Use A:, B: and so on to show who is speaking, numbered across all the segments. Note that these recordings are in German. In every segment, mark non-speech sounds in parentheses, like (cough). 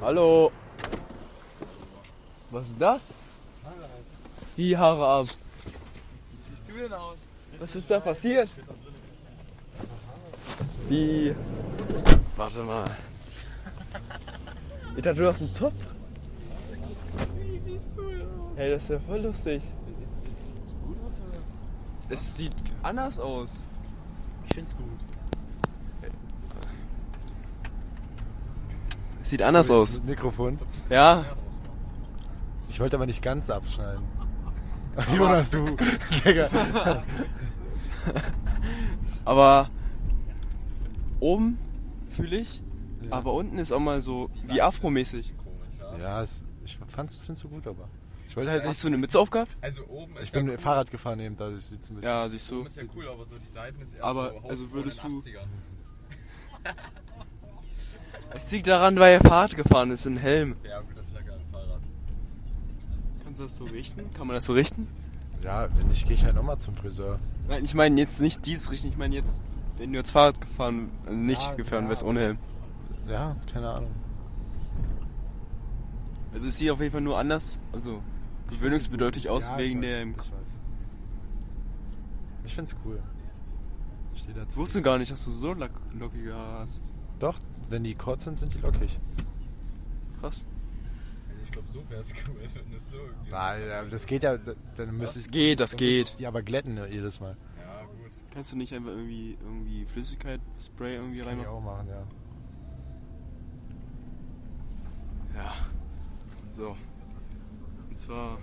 A: Hallo. Was ist das? Die Haare ab.
B: Wie siehst du denn aus?
A: Was ist da passiert? Wie? Warte mal. Ich dachte, du hast einen Zopf.
B: Wie siehst du denn aus?
A: Hey, das ist ja voll lustig.
B: Gut aus, oder?
A: Es sieht anders aus.
B: Ich find's gut.
A: Es sieht anders
C: Jetzt
A: aus.
C: mit Mikrofon.
A: Ja.
C: Ich wollte aber nicht ganz abschneiden.
A: (laughs)
C: Jonas, du. Digga.
A: Aber oben fühle ich, aber unten ist auch mal so wie Afro-mäßig.
C: Ja, es, ich fand's, find's so gut, aber. Ich wollte halt nicht.
A: Hast du eine Mütze aufgehabt?
B: Also oben ist
C: Ich bin
B: ja,
C: mit Fahrrad gefahren eben, dadurch sieht's ein bisschen.
A: Ja, siehst du.
B: oben ist ja cool, aber so die Seiten ist eher
A: Aber,
B: so
A: also
B: Hausfrau
A: würdest
B: in den
A: du-
B: 80ern.
A: Es liegt daran, weil er Fahrrad gefahren ist, im Helm.
B: Ja, gut, das lag ja am Fahrrad.
A: Kannst du das so richten? Kann man das so richten?
C: Ja, wenn nicht, gehe ich halt nochmal zum Friseur.
A: Nein, ich meine jetzt nicht dieses richten, ich meine jetzt, wenn du jetzt Fahrrad gefahren, also nicht
C: Ja,
A: gefahren
C: ja,
A: wärst
C: aber-
A: ohne Helm.
C: Ja, keine Ahnung.
A: Also es sieht auf jeden Fall nur anders, also gewöhnungsbedeutig aus
C: Ja, ich
A: wegen
C: weiß,
A: der...
C: Ich weiß. Ich find's cool. Ich stehe
A: Ich
C: dazu.
A: wusste gar nicht, dass du so lock lockige Haare hast.
C: Doch, wenn die kurz sind, sind die lockig.
A: Krass.
B: Also ich glaube, so wär's cool, wenn es so irgendwie.
C: Nein, das geht ja. Dann müsste
A: Das
C: ich.
A: geht, das geht.
C: Die aber glätten ne, jedes Mal.
B: Ja, gut.
A: Kannst du nicht einfach irgendwie, irgendwie Flüssigkeit, Spray irgendwie
C: Das kann ich
A: reinmachen?
C: auch machen, ja.
A: Ja. So. Und zwar,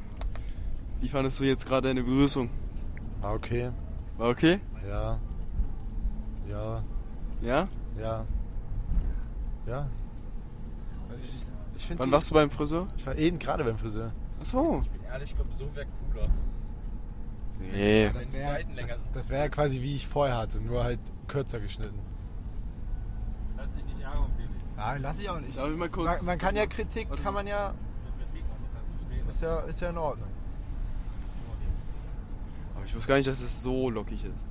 A: wie fandest du jetzt gerade deine Begrüßung?
C: Ah, okay.
A: War okay?
C: Ja. Ja.
A: Ja?
C: Ja. Ja. Ich, ich find
A: Wann
C: die-
A: warst du beim Friseur?
C: Ich war eben gerade beim Friseur.
A: Achso.
B: Ich bin ehrlich, ich glaube, so wär cooler.
A: Nee.
B: Wenn die Seiten länger
C: das,
B: sind.
C: das wär ja quasi wie ich vorher hatte, nur halt kürzer geschnitten.
D: Lass dich nicht ärgern, Felix.
C: Nein, lass ich auch nicht.
A: Darf ich mal kurz.
C: Man, man kann ja Kritik, kann man ja.
D: Zur Kritik, man muss dazu stehen.
C: Ist ja, ist ja in Ordnung.
A: Aber ich wusste gar nicht, dass es so lockig ist.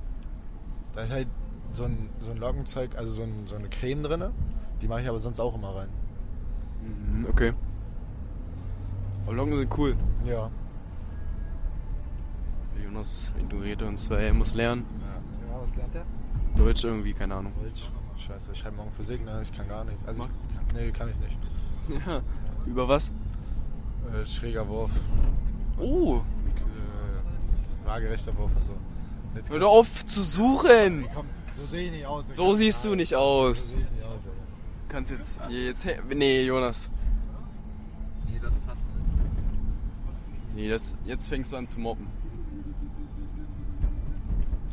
C: Da ist halt so ein, so ein Lockenzeug, also so, ein, so eine Creme drin. Die mache ich aber sonst auch immer rein.
A: Mhm, okay. Aber Locken sind cool.
C: Ja.
A: Jonas ignoriert uns, weil er muss lernen.
C: Ja, was lernt der?
A: Deutsch irgendwie, keine Ahnung.
C: Deutsch. Scheiße, ich schreibe morgen Physik, ne? Ich kann gar nicht. Also
A: Mach.
C: ich, nee, kann ich nicht.
A: (laughs) Ja. Über was?
C: Äh, schräger Wurf.
A: Oh,
C: Äh, waagerechter Wurf und so. Jetzt
A: hör doch auf zu suchen!
C: Komm, so sehe ich nicht aus.
A: So siehst du nicht aus.
C: So sehe ich nicht aus, ey.
A: Du kannst jetzt. jetzt nee, Jonas.
B: Nee, das passt nicht.
A: Nee, das, jetzt fängst du an zu mobben.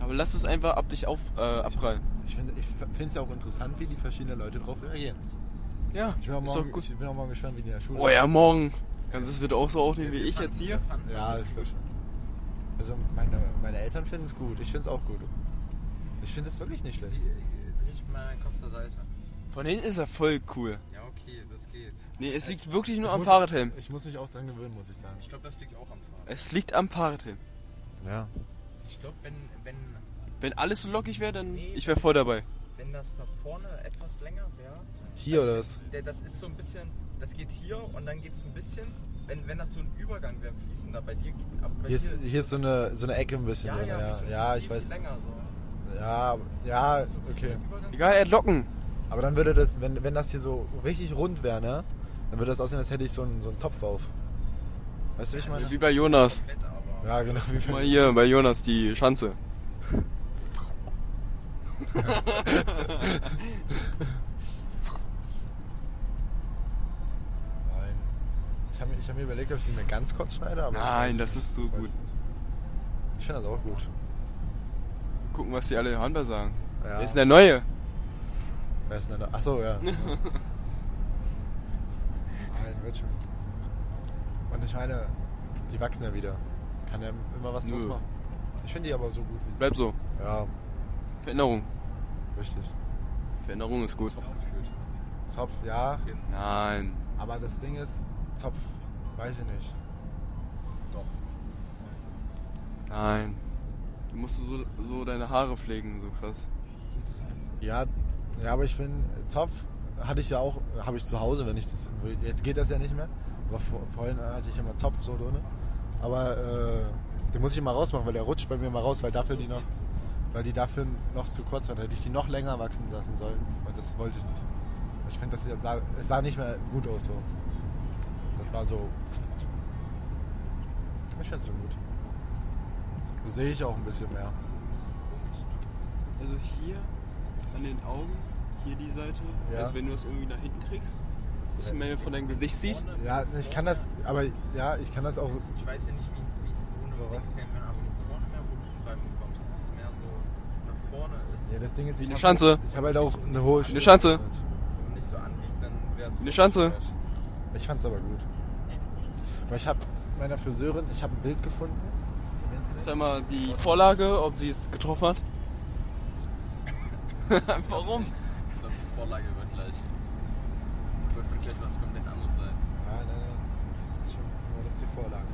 A: Aber lass es einfach ab dich auf, äh, abprallen.
C: Ich finde es ja auch interessant, wie die verschiedenen Leute drauf reagieren.
A: Ja,
C: Ich bin auch
A: ist doch
C: morgen,
A: gut.
C: ich bin auch morgen gespannt, wie die in der Schule
A: Oh ja, morgen. Kannst du es bitte auch so aufnehmen wie ich jetzt hier?
C: Ja, ich glaube schon. Also meine, meine Eltern finden es gut. Ich finde es auch gut. Ich finde es wirklich nicht schlecht.
B: äh, Dreh mal deinen Kopf zur Seite.
A: Von hinten ist er voll cool.
B: Ja, okay, das geht.
A: Nee, es liegt wirklich nur
C: Ich
A: am
C: muss-
A: Fahrradhelm.
C: Ich muss mich auch dran gewöhnen, muss ich sagen.
B: Ich glaube, das liegt auch am Fahrrad.
C: Äh.
A: Es liegt am Fahrradhelm.
C: Ja.
B: Ich glaube, wenn, wenn,
A: Wenn alles so lockig wäre, dann ich wäre voll dabei.
B: wenn das da vorne etwas länger wäre,
C: Hier oder was?
B: Der- Das ist so ein bisschen, das geht hier und dann geht es ein bisschen, wenn, wenn das so ein Übergang wäre, fließender bei dir. Aber bei
C: Hier
B: dir
C: ist, hier ist so, eine, so eine Ecke ein bisschen
B: ja,
C: drin.
B: ja,
C: Ja,
B: richtig.
C: ja
B: Viel,
C: ich
B: viel
C: weiß.
B: Länger so.
C: Ja, ja,
B: So fließt
C: okay.
B: der Übergang.
A: Egal, er hat Locken.
C: Aber dann würde das, wenn, wenn das hier so richtig rund wäre, ne? Dann würde das aussehen, als hätte ich so einen, so einen Topf auf. Weißt du, wie ich meine?
A: Wie bei Jonas.
B: Komplett, aber.
C: Ja, genau. Wie
A: Guck mal
C: bei,
A: hier, bei Jonas, die Schanze.
C: Nein. Ich habe mir, ich hab mir überlegt, ob ich sie mir ganz kurz schneide. Aber
A: Nein, das ist so
C: weiß
A: gut.
C: ich nicht. Ich finde das auch gut.
A: Gucken, was die alle im Handball sagen.
C: Ja.
A: Wer ist denn der Neue?
C: Wer ist denn da?
A: (laughs)
C: Achso, ja. Nein, wird schon. Und ich meine, die wachsen ja wieder. Kann ja immer was draus
A: Nö.
C: machen. Ich finde die aber so gut wie
A: Bleib so.
C: Ja,
A: Veränderung.
C: richtig.
A: Veränderung ist gut.
B: Aufgeführt.
C: Zopf, ja.
A: Nein.
C: Aber das Ding ist, Zopf, weiß ich nicht.
A: Nein. Du musst so, so deine Haare pflegen, so krass.
C: Ja, ja aber ich bin Zopf, hatte ich ja auch, habe ich zu Hause, wenn ich das, jetzt geht das ja nicht mehr, aber vor, vorhin hatte ich immer Zopf so drin. Aber äh, den muss ich immer rausmachen, weil der rutscht bei mir immer raus, weil dafür die noch, weil die dafür noch zu kurz waren, hätte ich die noch länger wachsen lassen sollen und das wollte ich nicht. Ich finde, das sah, es sah nicht mehr gut aus so. Das war so. Ich fand's so gut. So sehe ich auch ein bisschen mehr.
A: Also hier an den Augen, hier die Seite.
C: Ja.
A: Also wenn du das irgendwie nach hinten kriegst, dass man ja von deinem Gesicht sieht.
C: Ja, ich kann das, aber ja, ich kann das auch.
B: Ich weiß ja nicht, wie es wie es ohne
C: So
B: so
C: was?
B: Dings hängt, wenn aber du vorne mehr Rückenreibung bekommst, dass es mehr so nach vorne ist
C: Ja, das Ding ist,
A: Wie
C: ich
A: eine
C: hab-
A: Schanze.
C: Ich habe halt auch eine hohe Stirn.
A: Schanze.
B: und nicht so anliegt, dann wäre es.
A: Eine Schanze.
C: Ich fand's aber gut. Aber ich habe meiner Friseurin, ich habe ein Bild gefunden.
A: Ist
B: (laughs)
A: einmal die Vorlage, ob sie es getroffen hat. Warum?
B: Ich glaube, die Vorlage wird gleich. Wird wird gleich was komplett anderes sein.
C: Ja, nein, nein. Schon, aber das ist die Vorlage.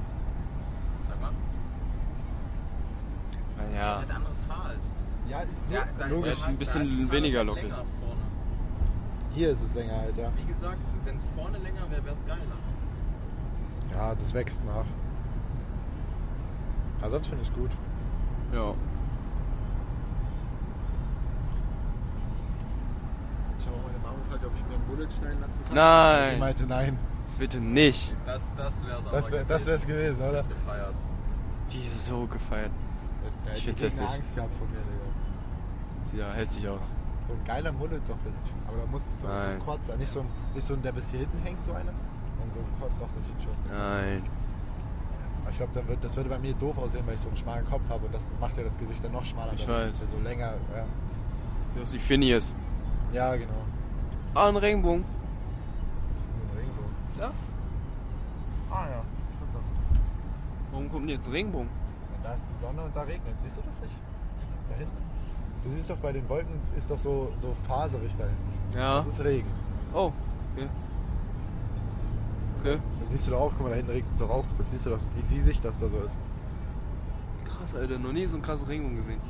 B: Sag mal.
A: Naja.
B: Hat anderes Haar als du.
C: Ja, ist
B: Ja, da
C: logisch.
B: ist der Haar-
A: Ein bisschen
B: da ist das Haar
A: weniger
B: noch länger
A: lockig.
B: vorne.
C: Hier ist es länger halt, ja.
B: Wie gesagt, wenn es vorne länger wäre, wäre es geiler.
C: Ja, das wächst nach. Aber sonst finde ich es gut.
A: Ja.
C: Ich habe auch meine Mama gefragt, ob halt, ich mir ein Bullet schneiden lassen kann. Sie
A: Nein,
C: meinte nein.
A: bitte nicht.
B: Das, das wäre es
C: Das wäre das wär's gewesen, oder?
B: gefeiert.
A: Wieso gefeiert?
C: Da
A: Ich
C: hätte
A: find's
C: die Gegner
A: hässlich.
C: Angst gehabt vor mir, Digga.
A: Sieht ja hässlich aus.
C: So ein geiler Mullet doch, das sieht schon. Aber da muss es so, so
A: Nein.
C: ein kurz sein. Nicht so ein, nicht so ein, der bis hier hinten hängt, so einer. Und so ein kurz, doch, das sieht schon.
A: Nein.
C: Aber ich glaube, da wird, das würde bei mir doof aussehen, weil ich so einen schmalen Kopf habe. Und das macht ja das Gesicht dann noch schmaler.
A: Ich
C: dadurch,
A: weiß.
C: dass wir So länger, ja.
A: Sieht aus wie Phineas.
C: ja, genau.
A: Ah, ein Regenbogen.
C: Das ist nur ein Regenbogen.
A: Ja.
C: Ah ja, Kannst du-
A: Warum kommt denn jetzt ein Regenbogen?
C: Und da ist die Sonne und da regnet es. Siehst du das nicht? Da hinten. Du siehst doch bei den Wolken ist doch so, so faserig da hinten.
A: Ja.
C: Das ist Regen.
A: Oh. Okay. Okay.
C: Da siehst du doch auch, guck mal, da hinten regnet es doch auch. Das siehst du doch, wie die Sicht das da so ist.
A: Krass, Alter. Noch nie so einen krassen Regenbogen gesehen.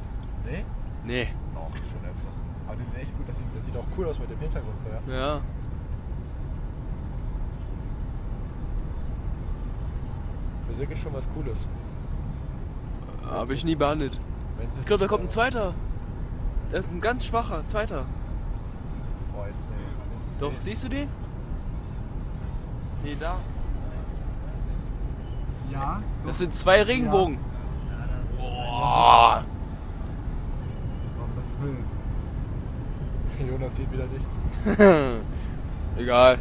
C: Nee?
A: Nee.
C: Doch, schon öfters. Aber die sind echt gut. Das sieht, das sieht auch cool aus mit dem Hintergrund so, ja.
A: Ja.
C: Physik ist schon was Cooles.
A: Habe ich nie behandelt.
C: Wenn's nicht
A: Ich glaube,
C: so
A: da kommt ein
C: schwer
A: zweiter. Das ist ein ganz schwacher zweiter.
C: war. Boah, Oh, jetzt nee.
A: Doch, siehst du den? Nee, da.
C: Ja?
A: Das sind zwei Regenbogen. Boah.
C: Doch, das ist wild. (laughs) Jonas sieht wieder nichts.
A: Egal.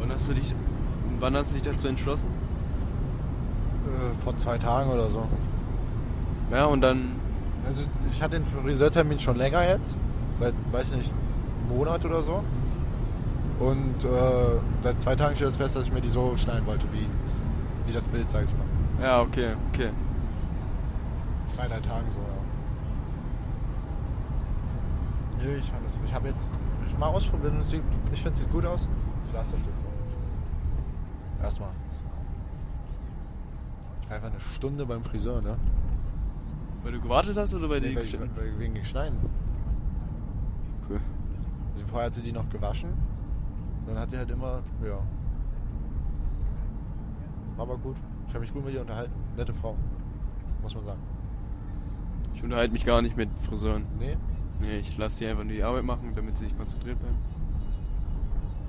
A: Wann hast du dich, wann hast du dich dazu entschlossen?
C: Äh, vor zwei Tagen oder so.
A: Ja, und dann
C: Also ich hatte den Friseurtermin schon länger jetzt, seit, weiß nicht, einem Monat oder so. Und äh, seit zwei Tagen steht es fest, dass ich mir die so schneiden wollte, wie, es- wie das Bild, sag ich mal.
A: Ja, okay, okay.
C: Zwei, drei Tagen so, ja. Nö, ich fand das, ich habe jetzt ich mal ausprobiert und es sieht, ich finde es sieht gut aus. Ich lasse das jetzt so. Erstmal. Ich war einfach eine Stunde beim Friseur, ne?
A: Weil du gewartet hast oder bei dir
C: Nee, weil-
A: geschnitten?
C: weil- wegen dem Schneiden.
A: Okay.
C: Also vorher hat sie die noch gewaschen. Dann hat sie halt immer, ja. War aber gut. Ich habe mich gut mit ihr unterhalten. Nette Frau. Muss man sagen.
A: Ich unterhalte mich gar nicht mit Friseuren.
C: Nee?
A: Nee, ich lasse sie einfach nur die Arbeit machen, damit sie sich konzentriert bleiben.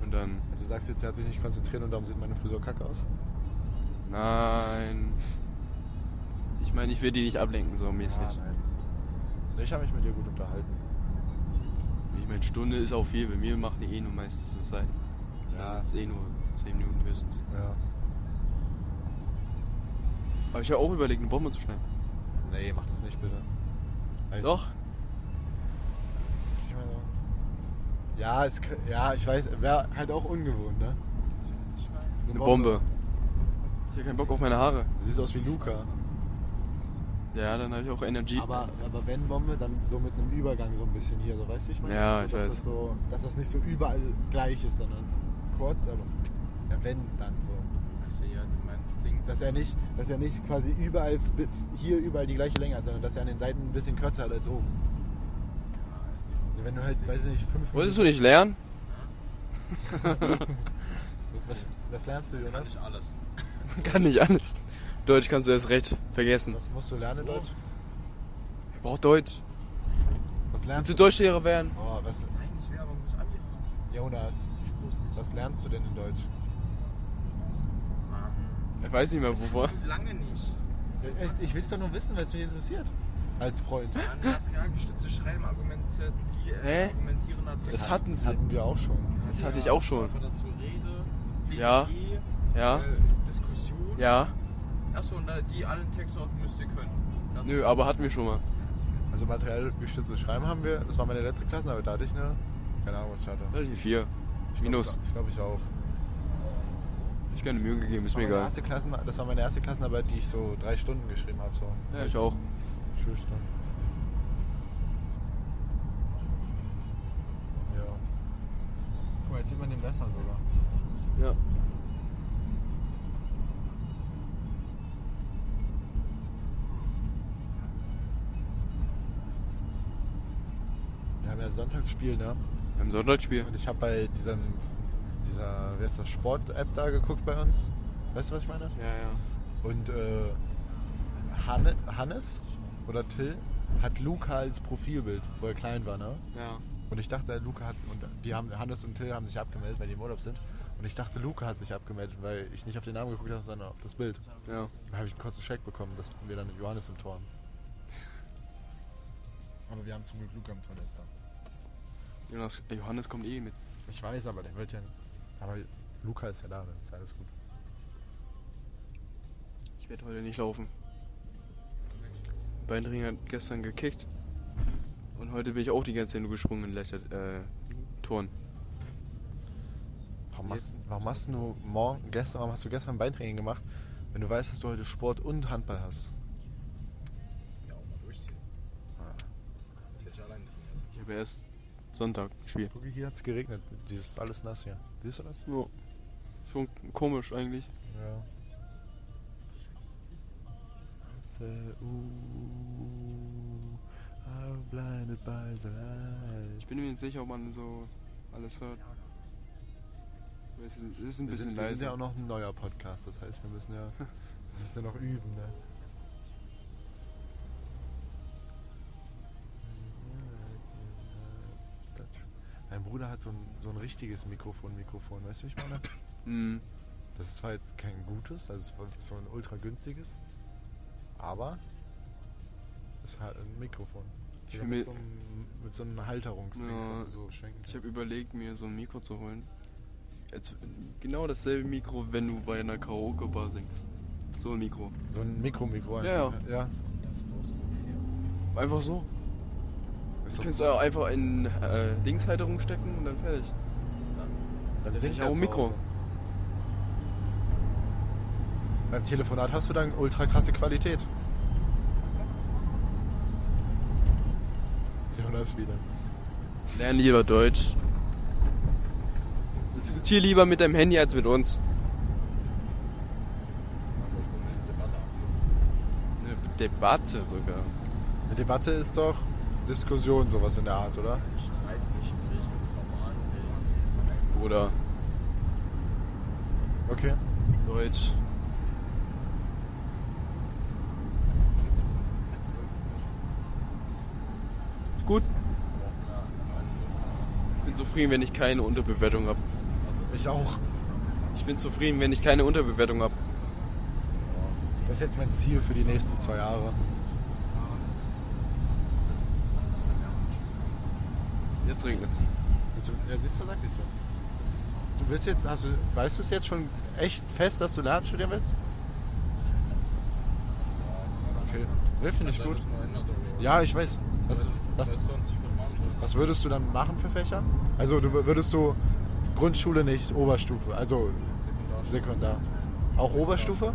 A: Und dann.
C: Also sagst du jetzt, sie hat sich nicht konzentriert und darum sieht meine Frisur kacke aus?
A: Nein. Ich meine, ich will die nicht ablenken, so mäßig.
C: Ah, Nee, Ich habe mich mit ihr gut unterhalten.
A: ich meine, Stunde ist auch viel. Bei mir machen die eh nur meistens so Zeit.
C: Ja.
A: Da sitzt eh nur 10 Minuten höchstens.
C: Ja.
A: Aber ich habe auch überlegt, eine Bombe zu schneiden.
C: Nee, mach das nicht bitte. Also-
A: Doch?
C: Ich meine, Ja, es, kö- ja, ich weiß, wäre halt auch ungewohnt, ne?
A: Eine Bombe. Ich habe keinen Bock auf meine Haare.
C: Du Siehst aus wie Luca.
A: Ja, dann habe ich auch Energy.
C: Aber, aber wenn Bombe, dann so mit einem Übergang so ein bisschen hier, so weißt du, wie ich meine?
A: Ja,
C: so,
A: ich
C: dass
A: weiß.
C: Das so, dass das nicht so überall gleich ist, sondern kurz, aber ja, wenn, dann so.
B: Also ja, du meinst Dings.
C: dass er nicht, dass er nicht quasi überall bi- hier überall die gleiche Länge hat, sondern dass er an den Seiten ein bisschen kürzer hat als oben.
B: also,
C: Wenn du halt, weiß ich nicht, fünf
A: Wolltest du nicht lernen?
C: Was, was lernst du,
B: Das ist
C: Jonas?
B: alles.
A: (laughs) Kann nicht alles. Deutsch kannst du erst recht vergessen.
C: Was musst du lernen, in
B: So.
C: Deutsch?
A: Ich brauch Deutsch.
C: Was
A: Willst
C: lernst
A: du
C: du?
A: Deutschlehrer werden?
C: Oh, was,
B: Nein, ich will aber ein gutes Abi haben.
C: Jonas,
B: Ich bloß nicht.
C: was lernst du denn in Deutsch?
B: Mann.
A: Ich weiß nicht mehr, wovor.
B: Das ist lange nicht.
C: Ich, Äh, ich will es doch nur wissen, weil es mich interessiert. Als Freund.
B: An Materialgestützte Schreiben argumentiert, die
A: Hä?
B: äh, argumentieren hat.
A: Das hatten sie.
C: Hatten wir auch schon.
A: Das hatte ich auch schon.
B: Aber dazu Rede,
A: Ja.
B: Plädoyer,
A: Ja.
B: Äh, Diskussion.
A: Ja.
B: Achso, und da- die allen Textorten müsst ihr können. Das
A: Nö, aber hatten wir schon mal.
C: Also materialgestütztes Schreiben haben wir, das war meine letzte Klasse, aber da hatte ich eine, keine Ahnung, was ich hatte.
A: Da hatte ich eine 4.
C: Ich glaub,
A: Minus.
C: Ich glaube, ich auch.
A: Hab ich keine Mühe gegeben, ist
C: Das war
A: mir
C: meine
A: egal.
C: erste Klassen, das war meine erste Klassenarbeit, die ich so drei Stunden geschrieben habe. So.
A: Ja, ich auch.
C: Schulstunden. Ja.
D: Guck mal, jetzt sieht man den besser sogar.
A: Ja.
C: Wir haben ja Sonntagsspiel, ne?
A: Am Sonntagsspiel.
C: Und ich habe bei diesem, dieser, wer ist das, Sport-App da geguckt bei uns. Weißt du, was ich meine?
A: Ja, ja.
C: Und äh, Hanne, Hannes oder Till hat Luca als Profilbild, wo er klein war, ne?
A: Ja.
C: Und ich dachte, Luca hat und die haben Hannes und Till haben sich abgemeldet, weil die im Urlaub sind. Und ich dachte, Luca hat sich abgemeldet, weil ich nicht auf den Namen geguckt habe, sondern auf das Bild.
A: Ja.
C: Da habe ich einen kurzen Scheck bekommen, dass wir dann Johannes im Tor haben. Aber wir haben zum Glück Luca im Tor, der ist da.
A: Jonas, Johannes kommt eh mit.
C: Ich weiß, aber der wird ja. Aber Luca ist ja da, dann ist alles gut.
A: Ich werde heute nicht laufen. Beinring hat gestern gekickt. Und heute bin ich auch die ganze Zeit nur gesprungen in leichter äh, Turn.
C: Warum hast, warum hast du morgen, gestern, warum hast du gestern Beintraining gemacht, wenn du weißt, dass du heute Sport und Handball hast?
B: Ja, auch mal durchziehen. Das hätte ich allein trainiert.
A: Ich habe erst Sonntag Spiel.
C: Guck, hier hat es geregnet. Dieses ist alles nass hier. Siehst du das?
A: Ja. Schon komisch eigentlich.
C: Ja.
A: Ich bin mir nicht sicher, ob man so alles hört. Es ist- es ist ein bisschen
C: wir sind, wir sind ja
A: leise.
C: auch noch ein neuer Podcast, das heißt, wir
A: (laughs)
C: müssen ja, wir müssen ja noch üben, ne? Mein Bruder hat so ein, so ein richtiges Mikrofon, Mikrofon, weißt du, wie ich meine?
A: Mhm.
C: Das ist zwar jetzt kein gutes, also es war so ein ultra günstiges, aber es hat ein Mikrofon.
A: Ich
C: Sogar
A: will mir-
C: mit, so einem, mit so einem Halterungsding,
A: Ja,
C: was du so schwenken
A: Ich
C: kannst.
A: habe überlegt, mir so ein Mikro zu holen. Jetzt, genau dasselbe Mikro, wenn du bei einer Karaoke-Bar singst. So ein Mikro.
C: So ein Mikro-Mikro.
A: Ja,
C: einfach, ne? ja.
B: Das brauchst du nicht.
A: Einfach so. Du
C: Ist doch
A: kannst
C: cool.
A: auch einfach in äh, Dingshalterung stecken und dann fertig.
C: Dann
A: singt
C: singt halt
A: er
C: er
A: auch
C: zu
A: Mikro.
C: Hause. Beim Telefonat hast du dann ultra krasse Qualität. Jonas wieder.
A: Lern lieber Deutsch. Diskutier lieber mit deinem Handy als mit uns.
B: Also ich komme eine Debatte ab.
A: Eine Debatte sogar.
C: Eine Debatte ist doch Diskussion, sowas in der Art, oder?
B: Streitgespräch mit normalen Bildern.
A: Oder
C: Okay.
A: Deutsch. Ist gut. Bin zufrieden, wenn ich keine Unterbewertung habe.
C: Ich auch.
A: Ich bin zufrieden, wenn ich keine Unterbewertung habe.
C: Das ist jetzt mein Ziel für die nächsten zwei Jahre.
A: Jetzt regnet's.
C: Ja, siehst du, sag ich schon. Du willst jetzt, hast du, weißt du es jetzt schon echt fest, dass du Lehramt studieren willst? Okay. Nee, finde ich gut. Ja, ich weiß. Was, was, was würdest du dann machen für Fächer? Also du wür- würdest du Grundschule nicht, Oberstufe, also Sekundar. Auch Oberstufe?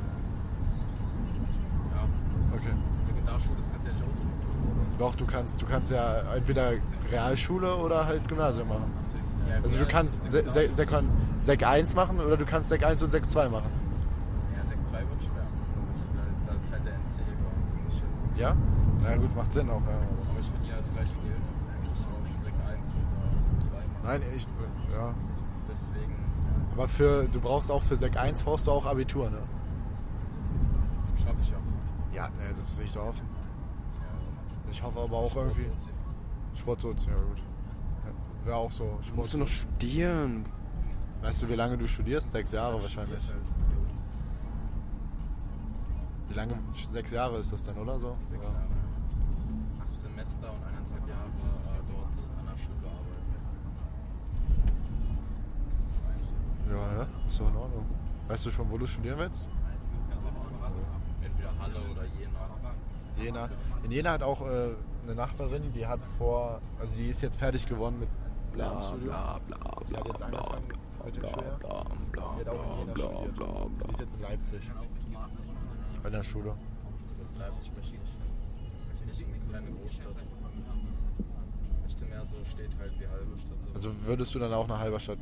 C: Okay.
B: Sekundarschule ist ganz ehrlich auch so eine Option.
C: Doch, du kannst, du kannst ja entweder Realschule oder halt Gymnasium machen.
B: Ja,
C: Also du
B: ja,
C: kannst Se-
B: Sekundarschule-
C: Se- Sekon- Sek 1 machen oder du kannst Sek 1 und Sek 2 machen.
B: Ja, Sek 2 wird schwer. halt
C: Ja? Na gut, macht Sinn auch. Ja. aber-
B: Aber ich finde ja das gleiche Bild. Ich glaube, ich sag eins oder zwei.
C: Nein, ich. Ja.
B: Deswegen.
C: Aber für, du brauchst auch für Sek 1 brauchst du auch Abitur, ne?
B: Schaffe ich ja.
C: Ja, ne, das will ich doch hoffen.
B: ja.
C: Ich hoffe aber auch
B: Sport-
C: irgendwie. Sportsozi, ja gut. Ja, Wäre auch so.
A: Du musst du noch studieren.
C: Weißt du, wie lange du studierst? Sechs Jahre wahrscheinlich.
B: Halt.
A: halt.
C: Wie lange? Sechs Jahre ist das dann, oder so?
B: Sechs
C: Ja.
B: Jahre. Acht Semester und eineinhalb Jahre äh, dort an der Schule arbeiten.
C: Ja, ja. Ist doch in Ordnung. Weißt du schon, wo du studieren willst?
B: Entweder Halle oder Jena.
C: Jena. In Jena hat auch äh, eine Nachbarin, die hat vor, also die ist jetzt fertig geworden mit Lernstudium.
A: bla
C: Die hat jetzt angefangen mit dem Schuljahr. Die hat auch in Jena studiert. Die ist jetzt in Leipzig. Bei der Schule.
B: Leipzig möchte ich nicht. Nicht in eine kleine Großstadt. Möchte mehr so steht halt wie halbe Stadt. So.
C: Also würdest du dann auch nach Halberstadt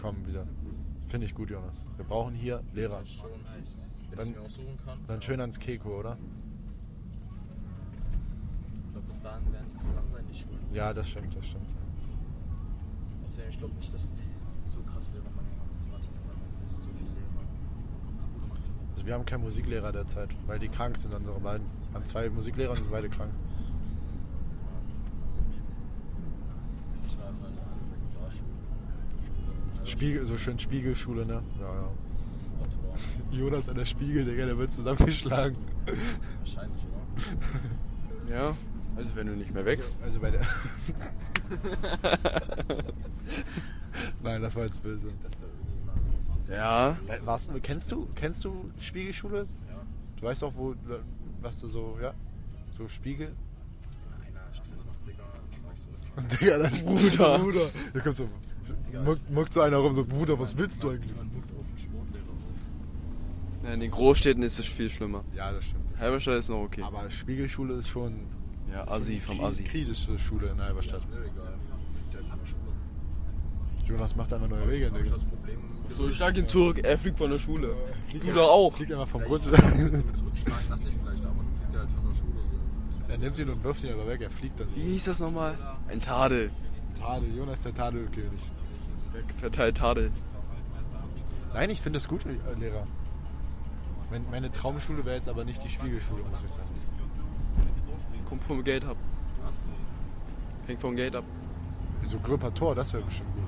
C: kommen wieder? Finde ich gut, Jonas. Wir brauchen hier Lehrer.
B: schon. Wenn
C: Dann-
B: ich mir aussuchen kann.
C: Dann schön ans Keko, oder?
B: Ich glaube, bis dahin werden die zusammen sein, die Schulen.
C: Ja, das stimmt, das stimmt.
B: Außerdem, ich glaube nicht, dass die so krass Lehrermangel haben. Das macht nicht so viel Lehrer.
C: Also wir haben keinen Musiklehrer derzeit, weil die krank sind, unsere beiden. Wir haben zwei Musiklehrer und sind beide krank.
B: Ich war immer in einer Sekundarschule.
C: Spiegel, so schön Spiegelschule, ne? Ja, ja.
B: Autobahn.
C: (laughs) Jonas an der Spiegel, Digga, der wird zusammengeschlagen.
B: Wahrscheinlich, oder?
A: Ja, also wenn du nicht mehr wächst.
C: Also bei der. (laughs) Nein, das war jetzt böse.
B: Dass da irgendjemand.
A: Ja.
C: Äh, warst du, kennst du, kennst du Spiegelschule?
B: Ja.
C: Du weißt auch, wo, was du so, ja, so Spiegel.
B: Einer Stunde macht Digga. Ich weiß so.
C: Und Digga, dein Bruder. Bruder. Da kommt so, muckt, muckt so einer rum, so, Bruder, was willst du eigentlich?
B: Jemand guckt auf den Sportlehrer auf.
A: ja. In den Großstädten ist es viel schlimmer.
C: Ja, das stimmt.
A: Halberstadt ist noch okay.
C: Aber Spiegelschule ist schon
A: ja, Assi vom Assi.
C: kritische Schule in Halberstadt.
B: Mir egal. Fliegt halt von der Schule.
C: Jonas macht einfach neue Regeln,
B: Hab ich
C: Digga.
B: das Problem.
A: So, ich sag den zurück, er fliegt von der Schule. Du da auch.
C: Fliegt einfach vom Grund. (laughs)
B: Vielleicht zurückschlagen lasse ich vielleicht, aber dann fliegt er halt von der Schule. So.
C: er nimmt ihn und wirft ihn aber weg, er fliegt dann.
A: Wie hieß das nochmal? Ein Tadel.
C: Tadel, Jonas der Tadelkönig.
A: Wer Verteilt Tadel.
C: Nein, ich finde es gut, äh, Lehrer. Mein, meine Traumschule wäre jetzt aber nicht die Spiegelschule, muss ich sagen.
A: Kommt vom Geld ab. Hängt vom Geld ab.
C: So Gröper Tor, das wäre bestimmt gut.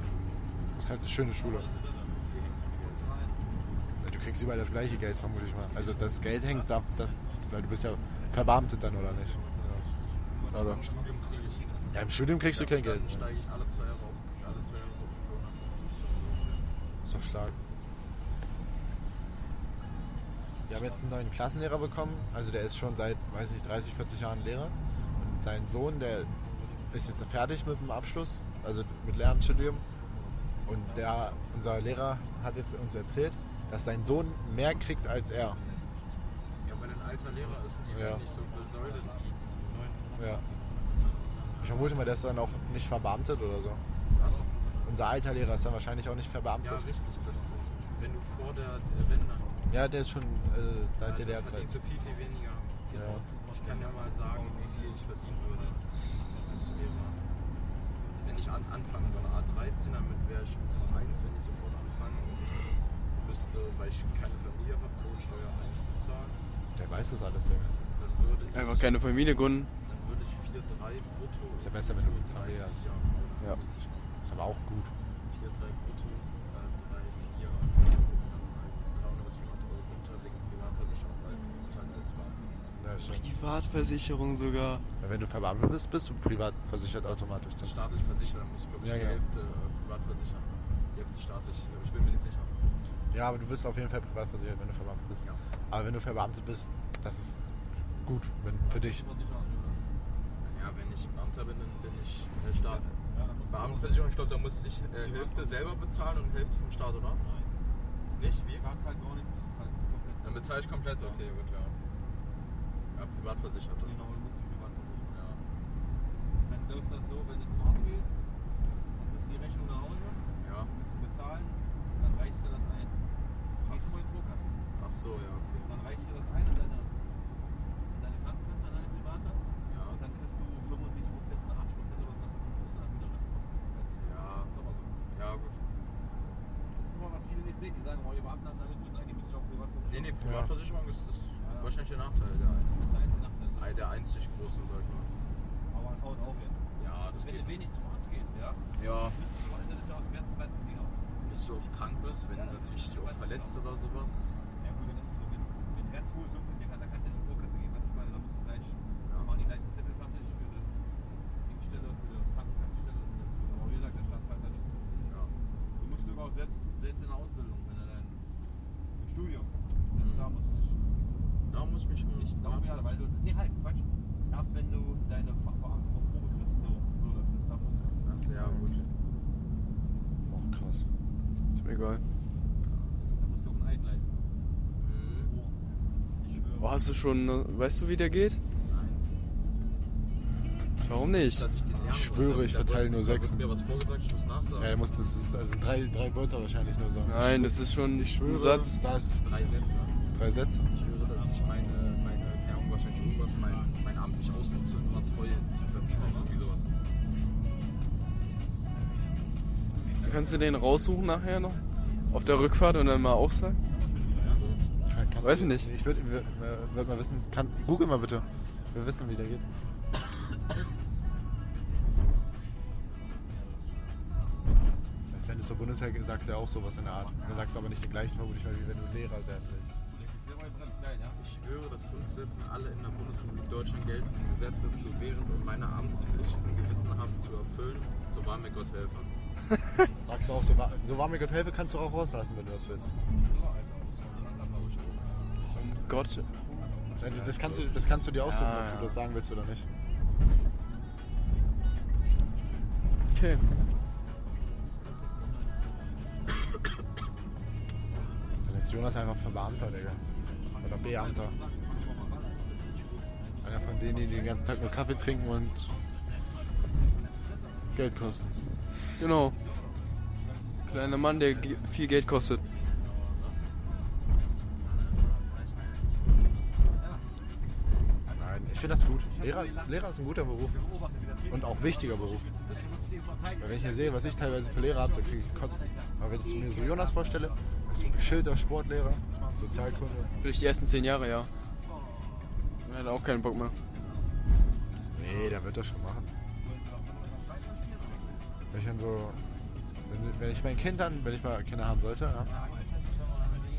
C: Ist halt eine schöne Schule. Du kriegst überall das gleiche Geld, vermute ich mal. Also das Geld hängt da, das, weil du bist ja verbeamtet dann, oder nicht? Ja. Oder?
B: Im Studium kriege ich.
C: Ja, im Studium kriegst du kein Geld.
B: Dann steige ich alle zwei Jahre auf. Alle zwei Jahre so ungefähr 150
C: Ist doch stark. Wir haben jetzt einen neuen Klassenlehrer bekommen. Also der ist schon seit, weiß nicht, 30, 40 Jahren Lehrer. Und sein Sohn, der ist jetzt fertig mit dem Abschluss, also mit Lehramtsstudium. Und der, unser Lehrer hat jetzt uns erzählt, dass sein Sohn mehr kriegt als er.
B: Ja, weil ein alter Lehrer ist, die
C: Ja.
B: ja. nicht so besoldet wie die neuen.
C: Ja. Ich vermute mal, der ist dann auch nicht verbeamtet oder so.
B: Was?
C: Unser alter Lehrer ist dann wahrscheinlich auch nicht
B: Ja,
C: verbeamtet.
B: richtig. Das ist, wenn du vor der äh, Wende.
C: Ja, der ist schon äh, seit der
B: Also, Ich
C: Lehrzeit.
B: verdienst du viel, viel weniger.
C: Ja.
B: Ich kann ja mal sagen, wie viel ich verdienen würde als Lehrer. Wenn ich an, anfangen würde, A13, damit wäre ich A1, wenn ich sofort anfange und müsste, weil ich keine Familie habe, Lohnsteuer 1 bezahlen,
C: Der weiß das alles, Digga.
B: dann würde ich,
A: Einfach keine Familie gründen.
B: dann würde ich 4,3 brutto.
C: Ist ja besser, wenn du mit Familie hast.
B: Ja,
A: Ja.
B: dann müsste ich 4,3
C: Ist aber auch gut.
B: brutto, äh, 3, 4, 300 bis 400 Euro runter wegen Privatversicherung, weil du musst halt alles machen.
C: Ja, stimmt.
A: Privatversicherung sogar.
C: Ja, Wenn du verbeamtet bist, bist du privat versichert automatisch. Das
B: staatlich versichern, dann muss ich glaube ich
C: Ja,
B: die
C: genau.
B: Hälfte äh, privat versichern. Die Hälfte staatlich, aber ich bin mir nicht sicher.
C: ja, aber du bist auf jeden Fall privat versichert, wenn du verbeamtet bist.
B: Ja.
C: Aber wenn du verbeamtet bist, das ist gut wenn, für dich.
B: Ja, wenn ich Beamter bin, dann bin ich äh, Staat. Beamtenversicherung, ich glaube, da muss ich äh, Hälfte selber bezahlen und Hälfte vom Staat, oder? Nicht? Wie?
E: halt
B: Dann bezahle ich komplett, okay, gut, ja. Ja, Privatversicherte. Ja,
E: Dann läuft das so, wenn du zum Arzt gehst, dann kriegst du die Rechnung nach Hause,
B: ja.
E: musst du bezahlen, dann reichst du das ein. Du gehst
B: Ach.
E: vor die Vorkasse.
B: Ach so, ja, okay.
E: Dann reichst du das ein an deine, an deine Krankenkasse, an deine private. oh,
B: von Versicherung ist das wahrscheinlich der Nachteil. Der,
E: Das ist der einzige Nachteil. ne?
B: ein- der einzig große, sag ich mal.
E: Aber es haut auf jetzt.
B: Ja, das
E: Wenn du wenig zum Arzt gehst, ja,
B: Ja,
E: bist du am Ende des Jahres den ganzen Batzen wieder.
B: nicht so oft krank bist, wenn du natürlich dich oft verletzt oder sowas.
E: Ja gut, dann ist es so, wenn, wenn ganz hohe Summen sind, da kannst du nicht in die Vorkasse gehen, weißt du, ich meine, da musst du gleich, ja. machen die gleich einen Zettel fertig für die Dienststelle, für die Krankenkassenstelle, und das wird aber wie gesagt, der Staat zahlt da nichts zu.
B: Ja.
E: Du musst sogar auch selbst, selbst in der Ausbildung, wenn er dein im Studium,
B: Mhm.
E: selbst da musst du nicht.
B: Da muss ich mich schon nicht.
E: Da auch wieder, weil du, nee, halt, Quatsch, erst wenn du deine Ver- Verantwortung auf Probe kriegst, so, so läuft das, da musst du.
B: Also, ja, gut.
C: Oh, krass.
A: Ist mir egal.
E: Da musst du auch einen Eid leisten.
B: Mhm.
E: Schwor. Ich schwöre.
A: Oh, hast du schon. äh, Weißt du, wie der geht?
B: Nein.
A: Warum nicht?
B: Dass ich den lernen
C: schwöre,
B: muss.
C: ich
B: Da
C: verteile
B: wird-
C: nur
B: da
C: sechs.
B: wird mir was vorgesagt, ich muss nachsagen.
C: Ja, ihr musst, das ist also drei, drei Wörter wahrscheinlich nur sagen.
A: Nein, das ist schon
C: Ich schwöre,
A: ein Satz.
C: dass
B: Drei Sätze.
C: drei Sätze.
B: Ich schwöre, dass ich meine, meine keine Ahnung, wahrscheinlich irgendwas, mein, mein Amt nicht ausnutze und immer treu. Sag ich mal, irgendwie sowas.
A: Kannst du den raussuchen nachher noch? Auf der Rückfahrt und dann mal aufsagen?
C: Kann- kannst
A: Weiß
C: du-
A: nicht.
C: Ich würde würd mal wissen. Kann, google mal bitte. Wir wissen, wie der geht. Als wenn du zur Bundeswehr gehst, sagst du ja auch sowas in der Art. Dann sagst du aber nicht den gleichen vermutlich, weil wie wenn du Lehrer werden willst.
B: Ich schwöre, das Grundgesetz und alle in der Bundesrepublik Deutschland geltenden Gesetze zu während und meiner Amtspflichten gewissenhaft zu erfüllen, so wahr mir Gott helfe.
C: Sagst du auch, so, wa- so warm mir Gott helfe, kannst du auch rauslassen, wenn du das willst.
A: Um Gott.
C: Das kannst du, das kannst du dir aussuchen,
A: Ja,
C: ob
A: Ah, ja.
C: du das sagen willst oder nicht.
A: Okay.
C: Dann ist Jonas einfach Verbeamter, Digga. Oder Beamter. Einer von denen, die den ganzen Tag nur Kaffee trinken und Geld kosten.
A: Genau. Kleiner Mann, der ge- viel Geld kostet.
C: Nein, ich finde das gut. Lehrer ist, Lehrer ist ein guter Beruf und auch wichtiger Beruf. Weil wenn ich hier sehe, was ich teilweise für Lehrer habe, dann kriege ich es kotzen. Aber wenn ich mir so Jonas vorstelle, ist ein geschilderter Sportlehrer, Sozialkunde.
A: Vielleicht die ersten zehn Jahre, ja. Er hat auch keinen Bock mehr.
C: Nee, der wird das schon machen. Wenn ich dann so. Wenn, sie, wenn ich mein Kind dann, wenn ich mal Kinder haben sollte, ja,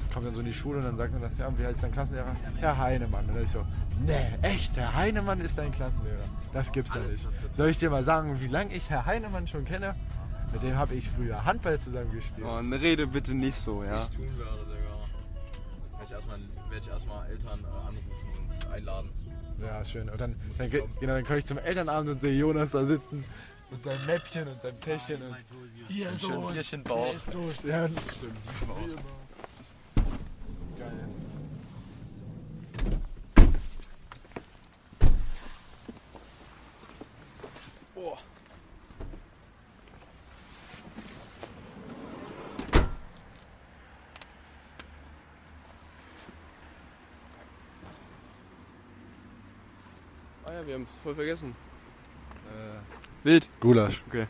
C: das kommt dann so in die Schule und dann sagt man das, ja, und wie heißt dein Klassenlehrer? Herr Heinemann. Und dann ich so, nee, echt, Herr Heinemann ist dein Klassenlehrer. Das gibt's ja
B: Alles
C: nicht.
B: was dazu.
C: Soll ich dir mal sagen, wie lange ich Herr Heinemann schon kenne? Mit dem habe ich früher Handball zusammen gespielt.
A: Und rede bitte nicht so, ja.
B: Ich tun werde, Digga. Werde ich erstmal, werde ich erstmal Eltern äh, anrufen und einladen.
C: Ja, schön. Und dann, dann, ge- genau, dann komme ich zum Elternabend und sehe Jonas da sitzen mit seinem Mäppchen und seinem Täschchen und hier so Bierchen Bauch. Ist so ja, stimmt. Geil.
A: Ah ja, wir haben es voll vergessen.
C: Äh,
A: Wild. Ah
C: Gulasch.
A: Äh, Okay.